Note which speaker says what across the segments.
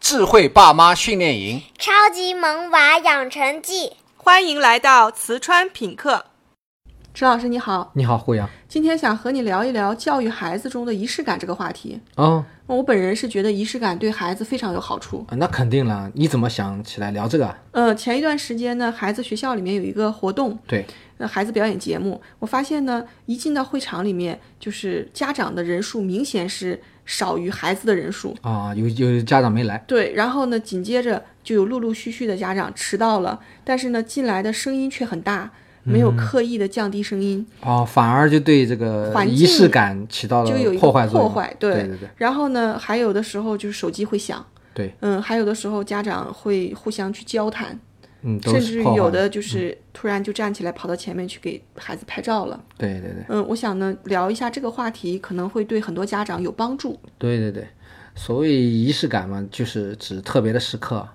Speaker 1: 智慧爸妈训练营，
Speaker 2: 《超级萌娃养成记》。
Speaker 3: 欢迎来到瓷川品客。
Speaker 4: 石老师你好，
Speaker 5: 你好，胡杨。
Speaker 4: 今天想和你聊一聊教育孩子中的仪式感这个话题。
Speaker 5: 哦，
Speaker 4: 我本人是觉得仪式感对孩子非常有好处。
Speaker 5: 那肯定了。你怎么想起来聊这个啊？
Speaker 4: 呃，前一段时间呢，孩子学校里面有一个活动，
Speaker 5: 对，
Speaker 4: 呃，孩子表演节目，我发现呢，一进到会场里面，就是家长的人数明显是少于孩子的人数。
Speaker 5: 啊、有有家长没来，
Speaker 4: 对，然后呢，紧接着就有陆陆续续的家长迟到了，但是呢，进来的声音却很大，没有刻意的降低声音，
Speaker 5: 哦，反而就对这个
Speaker 4: 环境
Speaker 5: 仪式感起到
Speaker 4: 就有一
Speaker 5: 了
Speaker 4: 个破
Speaker 5: 坏作用。
Speaker 4: 对
Speaker 5: 对对对
Speaker 4: 然后呢，还有的时候就是手机会响，
Speaker 5: 对，
Speaker 4: 嗯，还有的时候家长会互相去交谈，
Speaker 5: 嗯，都
Speaker 4: 甚
Speaker 5: 是
Speaker 4: 至于
Speaker 5: 破坏嗯
Speaker 4: 有，的就是突然就站起来跑到前面去给孩子拍照了。
Speaker 5: 对对对
Speaker 4: 嗯，我想呢，聊一下这个话题可能会对很多家长有帮助。
Speaker 5: 对对对。所谓仪式感嘛，就是指特别的时刻，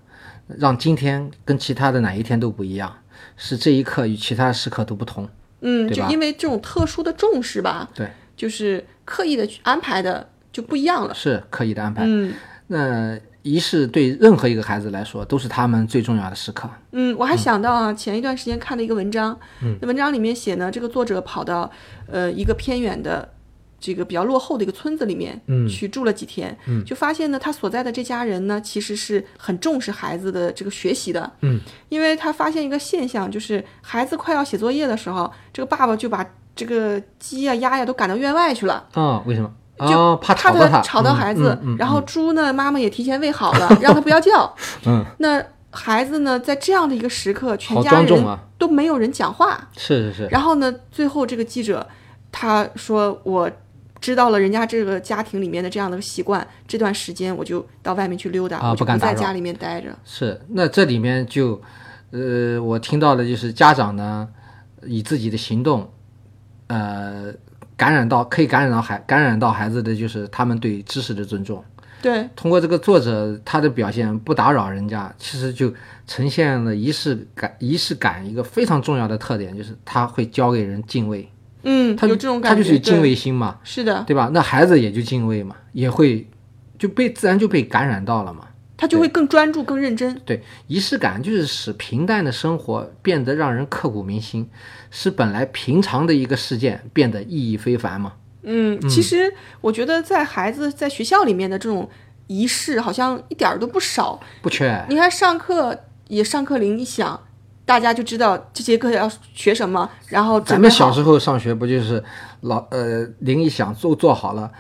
Speaker 5: 让今天跟其他的哪一天都不一样，是这一刻与其他时刻都不同。
Speaker 4: 嗯，
Speaker 5: 对
Speaker 4: 就
Speaker 5: 吧
Speaker 4: 因为这种特殊的重视吧，
Speaker 5: 对，
Speaker 4: 就是刻意的去安排的就不一样了。
Speaker 5: 是刻意的安排。
Speaker 4: 嗯
Speaker 5: 那仪式对任何一个孩子来说，都是他们最重要的时刻。
Speaker 4: 嗯，我还想到啊，前一段时间看了一个文章，那文章里面写呢，这个作者跑到呃一个偏远的。这个比较落后的一个村子里面，嗯，去住了几天，嗯，就发现呢，他所在的这家人呢，其实是很重视孩子的这个学习的，
Speaker 5: 嗯，
Speaker 4: 因为他发现一个现象，就是孩子快要写作业的时候，这个爸爸就把这个鸡呀、鸭呀都赶到院外去了，
Speaker 5: 啊、为什么？啊、
Speaker 4: 就
Speaker 5: 怕
Speaker 4: 吵
Speaker 5: 吵到他，
Speaker 4: 吵到孩子，
Speaker 5: 嗯嗯嗯
Speaker 4: 然后猪呢，妈妈也提前喂好了，让它不要叫。
Speaker 5: 嗯，
Speaker 4: 那孩子呢，在这样的一个时刻，全
Speaker 5: 好
Speaker 4: 家
Speaker 5: 庄重
Speaker 4: 人
Speaker 5: 啊
Speaker 4: 都没有人讲话。
Speaker 5: 是是是，
Speaker 4: 然后呢，最后这个记者他说：“我知道了人家这个家庭里面的这样的习惯，这段时间我就到外面去溜达，
Speaker 5: 啊
Speaker 4: 我就
Speaker 5: 不敢
Speaker 4: 在
Speaker 5: 打扰
Speaker 4: 家里面待着。
Speaker 5: 是，那这里面就，呃，我听到的就是家长呢，以自己的行动，呃，感染到可以感染到孩感染到孩子的就是他们对知识的尊重。
Speaker 4: 对，
Speaker 5: 通过这个作者他的表现不打扰人家，其实就呈现了仪式感仪式感一个非常重要的特点，就是他会教给人敬畏，
Speaker 4: 嗯，
Speaker 5: 他
Speaker 4: 有这种感觉，
Speaker 5: 他就是有敬
Speaker 4: 对
Speaker 5: 畏，心嘛，
Speaker 4: 是的，
Speaker 5: 对吧？那孩子也就敬畏嘛，也会就被自然就被感染到了嘛。
Speaker 4: 他就会更专注、更认真。
Speaker 5: 对，仪式感就是使平淡的生活变得让人刻骨铭心，使本来平常的一个事件变得意义非凡嘛。
Speaker 4: 嗯，其实我觉得在孩子在学校里面的这种仪式，好像一点儿都不少。
Speaker 5: 不缺，
Speaker 4: 你看上课也上课铃一响，大家就知道这节课要学什么，然后准
Speaker 5: 咱
Speaker 4: 备
Speaker 5: 们
Speaker 4: 好
Speaker 5: 小时候上学不就是老呃铃一响做做好了，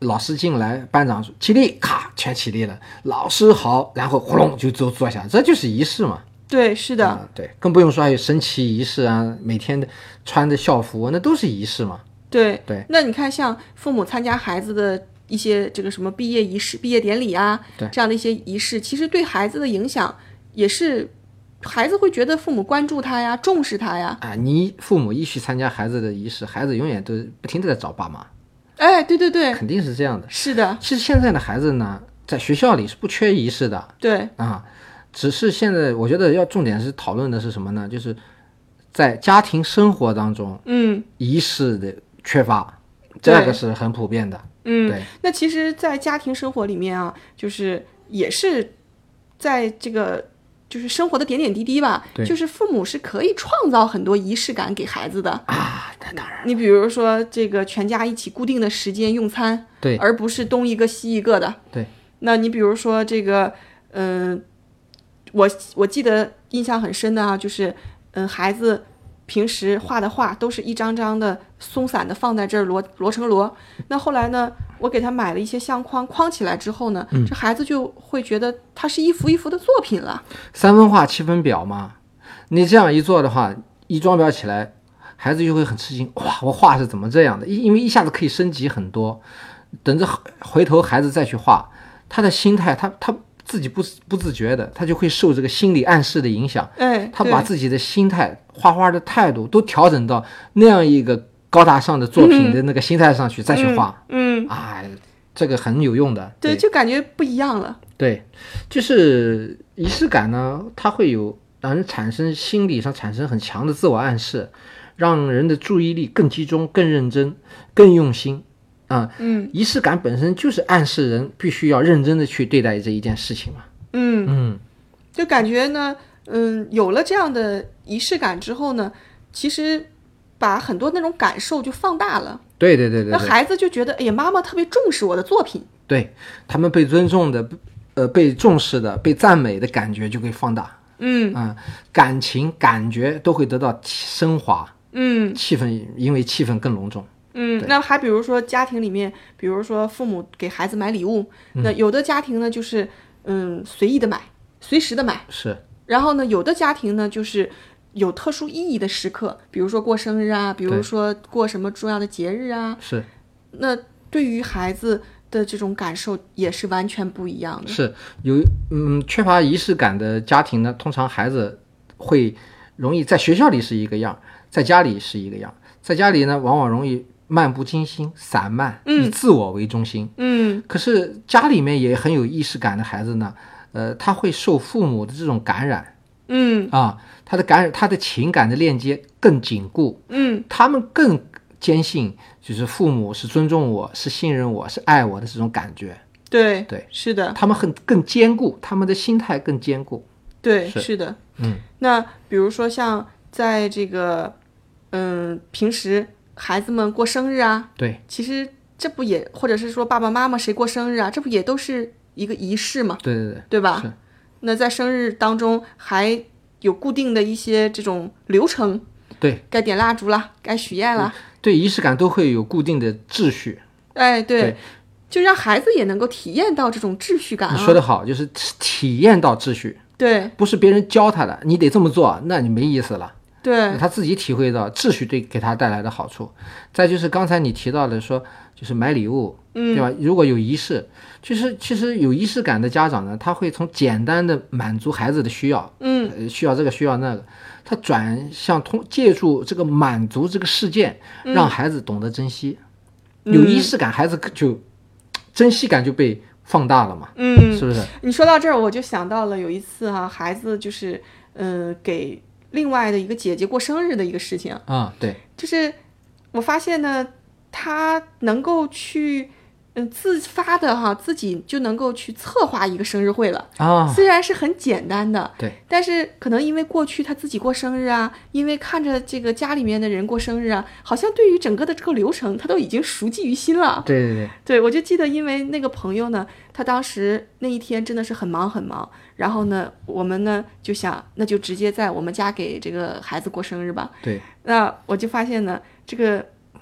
Speaker 5: 老师进来，班长说起立，咔全起立了，老师好，然后呼隆就都坐下，这就是仪式嘛。
Speaker 4: 对，是的，
Speaker 5: 啊，对，更不用说还有升旗仪式啊，每天的穿的校服啊那都是仪式嘛。
Speaker 4: 对
Speaker 5: 对
Speaker 4: 那你看，像父母参加孩子的一些这个什么毕业仪式、毕业典礼啊，
Speaker 5: 对
Speaker 4: 这样的一些仪式，其实对孩子的影响也是，孩子会觉得父母关注他呀，重视他呀。
Speaker 5: 啊，你父母一去参加孩子的仪式，孩子永远都不停的在找爸妈。
Speaker 4: 哎，对对对，
Speaker 5: 肯定是这样的。
Speaker 4: 是的，
Speaker 5: 其实现在的孩子呢，在学校里是不缺仪式的
Speaker 4: 对，
Speaker 5: 啊，只是现在我觉得要重点是讨论的是什么呢？就是在家庭生活当中
Speaker 4: 嗯。
Speaker 5: 仪式的缺乏，这
Speaker 4: 对
Speaker 5: 个是很普遍的。
Speaker 4: 嗯
Speaker 5: 对，
Speaker 4: 那其实，在家庭生活里面啊，就是也是在这个就是生活的点点滴滴吧，
Speaker 5: 对
Speaker 4: 就是父母是可以创造很多仪式感给孩子的啊。那当然，你比如说这个全家一起固定的时间用餐，
Speaker 5: 对
Speaker 4: 而不是东一个西一个的。
Speaker 5: 对，
Speaker 4: 那你比如说这个，嗯、我我记得印象很深的啊，就是嗯、孩子。平时画的画都是一张张的松散的放在这儿摞摞成摞，那后来呢，我给他买了一些相框，框起来之后呢，
Speaker 5: 嗯
Speaker 4: 这孩子就会觉得它是一幅一幅的作品了。
Speaker 5: 三分画七分表嘛，你这样一做的话，一装裱起来，孩子就会很吃惊，哇，我画是怎么这样的？因因为一下子可以升级很多，等着回头孩子再去画，他的心态，他他自己不不自觉的，他就会受这个心理暗示的影响，
Speaker 4: 哎，
Speaker 5: 他
Speaker 4: 对
Speaker 5: 把自己的心态、画画的态度都调整到那样一个高大上的作品的那个心态上去、再去画，
Speaker 4: 嗯，
Speaker 5: 哎，这个很有用的，
Speaker 4: 对，就感觉不一样了。
Speaker 5: 对，就是仪式感呢，它会有让人产生心理上产生很强的自我暗示，让人的注意力更集中、更认真、更用心啊、啊，嗯，仪式感本身就是暗示人必须要认真的去对待这一件事情嘛。
Speaker 4: 嗯，
Speaker 5: 嗯，
Speaker 4: 就感觉呢，嗯，有了这样的仪式感之后呢，其实把很多那种感受就放大了。
Speaker 5: 对对对对
Speaker 4: 那
Speaker 5: 对
Speaker 4: 孩子就觉得，哎呀，妈妈特别重视我的作品。
Speaker 5: 对，他们被尊重的，呃，被重视的，被赞美的感觉就会放大，
Speaker 4: 嗯
Speaker 5: 嗯，感情感觉都会得到提升华，
Speaker 4: 嗯
Speaker 5: 气氛因为气氛更隆重。
Speaker 4: 嗯。那还比如说家庭里面，比如说父母给孩子买礼物，
Speaker 5: 嗯
Speaker 4: 那有的家庭呢就是嗯随意的买，随时的买，
Speaker 5: 是，
Speaker 4: 然后呢有的家庭呢就是。有特殊意义的时刻，比如说过生日啊，比
Speaker 5: 对
Speaker 4: 如说过什么重要的节日啊，
Speaker 5: 是
Speaker 4: 那对于孩子的这种感受也是完全不一样的。
Speaker 5: 是有嗯缺乏仪式感的家庭呢，通常孩子会容易在学校里是一个样，在家里是一个样，在家里呢往往容易漫不经心、散漫，以自我为中心。
Speaker 4: 嗯
Speaker 5: 可是家里面也很有仪式感的孩子呢，呃，他会受父母的这种感染
Speaker 4: 嗯
Speaker 5: 啊，他的感染，他的情感的链接更紧固，
Speaker 4: 嗯
Speaker 5: 他们更坚信就是父母是尊重我、是信任我、是爱我的这种感觉。
Speaker 4: 对
Speaker 5: 对
Speaker 4: 是的，
Speaker 5: 他们很更坚固，他们的心态更坚固。
Speaker 4: 对
Speaker 5: 是
Speaker 4: 是的。
Speaker 5: 嗯，
Speaker 4: 那比如说像在这个嗯平时孩子们过生日啊，
Speaker 5: 对，
Speaker 4: 其实这不也或者是说爸爸妈妈谁过生日啊，这不也都是一个仪式嘛，
Speaker 5: 对对对，
Speaker 4: 对吧？
Speaker 5: 是
Speaker 4: 那在生日当中还有固定的一些这种流程，
Speaker 5: 对
Speaker 4: 该点蜡烛啦，该许愿啦，
Speaker 5: 对，仪式感都会有固定的秩序。
Speaker 4: 哎，对，
Speaker 5: 对
Speaker 4: 就让孩子也能够体验到这种秩序感、啊。
Speaker 5: 你说的好，就是体体验到秩序，
Speaker 4: 对
Speaker 5: 不是别人教他的，你得这么做，啊那你没意思了。
Speaker 4: 对，
Speaker 5: 他自己体会到秩序对给他带来的好处。再就是刚才你提到的说，就是买礼物，
Speaker 4: 嗯
Speaker 5: 对吧？如果有仪式，就是其实有仪式感的家长呢，他会从简单的满足孩子的需要，
Speaker 4: 嗯
Speaker 5: 呃，需要这个需要那个，他转向通借助这个满足这个事件，
Speaker 4: 嗯
Speaker 5: 让孩子懂得珍惜。有仪式感，孩子就珍惜感就被放大了嘛，
Speaker 4: 嗯，
Speaker 5: 是不是？
Speaker 4: 你说到这儿，我就想到了有一次哈、孩子就是呃给另外的一个姐姐过生日的一个事情，
Speaker 5: 啊、对，
Speaker 4: 就是我发现呢，他能够去嗯、自发的哈、自己就能够去策划一个生日会了，
Speaker 5: 啊，
Speaker 4: 虽然是很简单的，
Speaker 5: 对，
Speaker 4: 但是可能因为过去他自己过生日啊，因为看着这个家里面的人过生日啊，好像对于整个的这个流程他都已经熟记于心了。
Speaker 5: 对对对，
Speaker 4: 对，我就记得，因为那个朋友呢，他当时那一天真的是很忙很忙，然后呢，我们呢就想，那就直接在我们家给这个孩子过生日吧。
Speaker 5: 对，
Speaker 4: 那我就发现呢，这个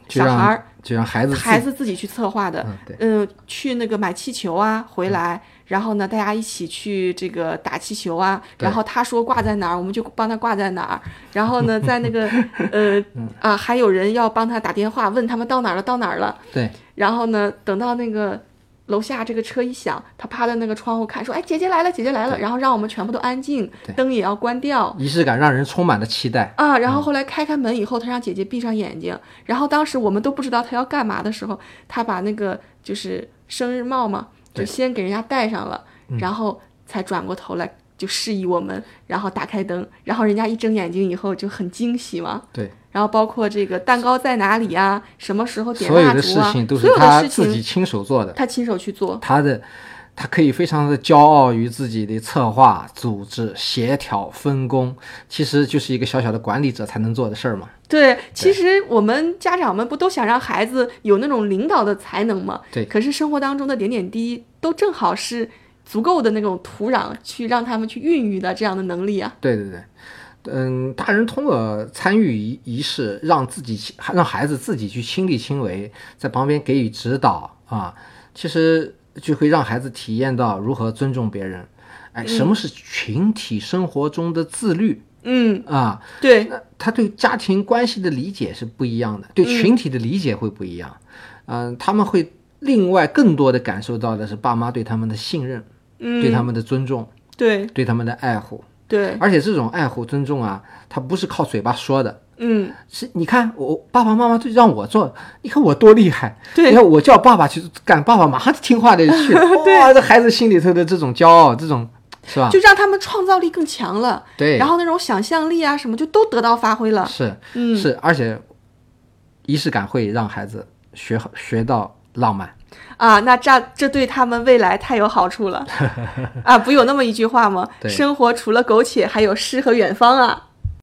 Speaker 5: 就
Speaker 4: 小孩
Speaker 5: 让
Speaker 4: 儿
Speaker 5: 就让孩子自
Speaker 4: 孩子自己去策划的，
Speaker 5: 嗯，对，嗯
Speaker 4: 嗯，去那个买气球啊，回来，然后呢，大家一起去这个打气球啊，
Speaker 5: 对
Speaker 4: 然后他说挂在哪儿，我们就帮他挂在哪儿，然后呢，在那 个呃啊，还有人要帮他打电话问他们到哪儿了，到哪儿了，
Speaker 5: 对，
Speaker 4: 然后呢，等到那个楼下这个车一响，他趴在那个窗户看，说哎，姐姐来了，姐姐来了，然后让我们全部都安静
Speaker 5: 对，
Speaker 4: 灯也要关掉，
Speaker 5: 仪式感让人充满了期待。
Speaker 4: 啊，然后后来开开门以后，他让姐姐闭上眼睛，然后当时我们都不知道他要干嘛的时候，他把那个就是生日帽嘛，就
Speaker 5: 对嗯
Speaker 4: 先给人家戴上了，然后才转过头来就示意我们，然后打开灯，然后人家一睁眼睛以后就很惊喜嘛。
Speaker 5: 对，
Speaker 4: 然后包括这个蛋糕在哪里呀、什么时候点
Speaker 5: 所有
Speaker 4: 蜡
Speaker 5: 的
Speaker 4: 烛
Speaker 5: 事
Speaker 4: 啊，
Speaker 5: 情都
Speaker 4: 所
Speaker 5: 是
Speaker 4: 有的
Speaker 5: 他
Speaker 4: 事
Speaker 5: 自己
Speaker 4: 情
Speaker 5: 亲手做的，
Speaker 4: 他亲手去做。
Speaker 5: 他的他可以非常的骄傲于自己的策划、组织、协调、分工，其实就是一个小小的管理者才能做的事儿嘛。
Speaker 4: 对，其实我们家长们不都想让孩子有那种领导的才能吗？
Speaker 5: 对
Speaker 4: 可是生活当中的点点滴滴都正好是足够的那种土壤，去让他们去孕育的这样的能力啊。
Speaker 5: 对对对，嗯，大人通过参与仪仪式，让自己亲让孩子自己去亲力亲为，在旁边给予指导啊，其实就会让孩子体验到如何尊重别人，哎，什么是群体生活中的自律
Speaker 4: 嗯，
Speaker 5: 啊？
Speaker 4: 对，
Speaker 5: 那他对家庭关系的理解是不一样
Speaker 4: 嗯
Speaker 5: 的，对群体的理解会不一样。嗯、他们会另外更多的感受到的是爸妈对他们的信任，
Speaker 4: 嗯，
Speaker 5: 对他们的尊重，
Speaker 4: 对
Speaker 5: 对他们的爱护。
Speaker 4: 对，
Speaker 5: 而且这种爱护、尊重啊，他不是靠嘴巴说的，
Speaker 4: 嗯，
Speaker 5: 是你看我爸爸妈妈就让我做，你看我多厉害，
Speaker 4: 对
Speaker 5: 你看我叫爸爸去干，爸爸马上就听话的去了。哇，这孩子心里头的这种骄傲，这种是吧
Speaker 4: 就？让他们创造力更强了，
Speaker 5: 对，
Speaker 4: 然后那种想象力啊什么就都得到发挥了。
Speaker 5: 是，
Speaker 4: 嗯
Speaker 5: 是，而且仪式感会让孩子学好学到浪漫。
Speaker 4: 啊，那这这对他们未来太有好处了啊！不有那么一句话吗？
Speaker 5: 对
Speaker 4: 生活除了苟且，还有诗和远方啊！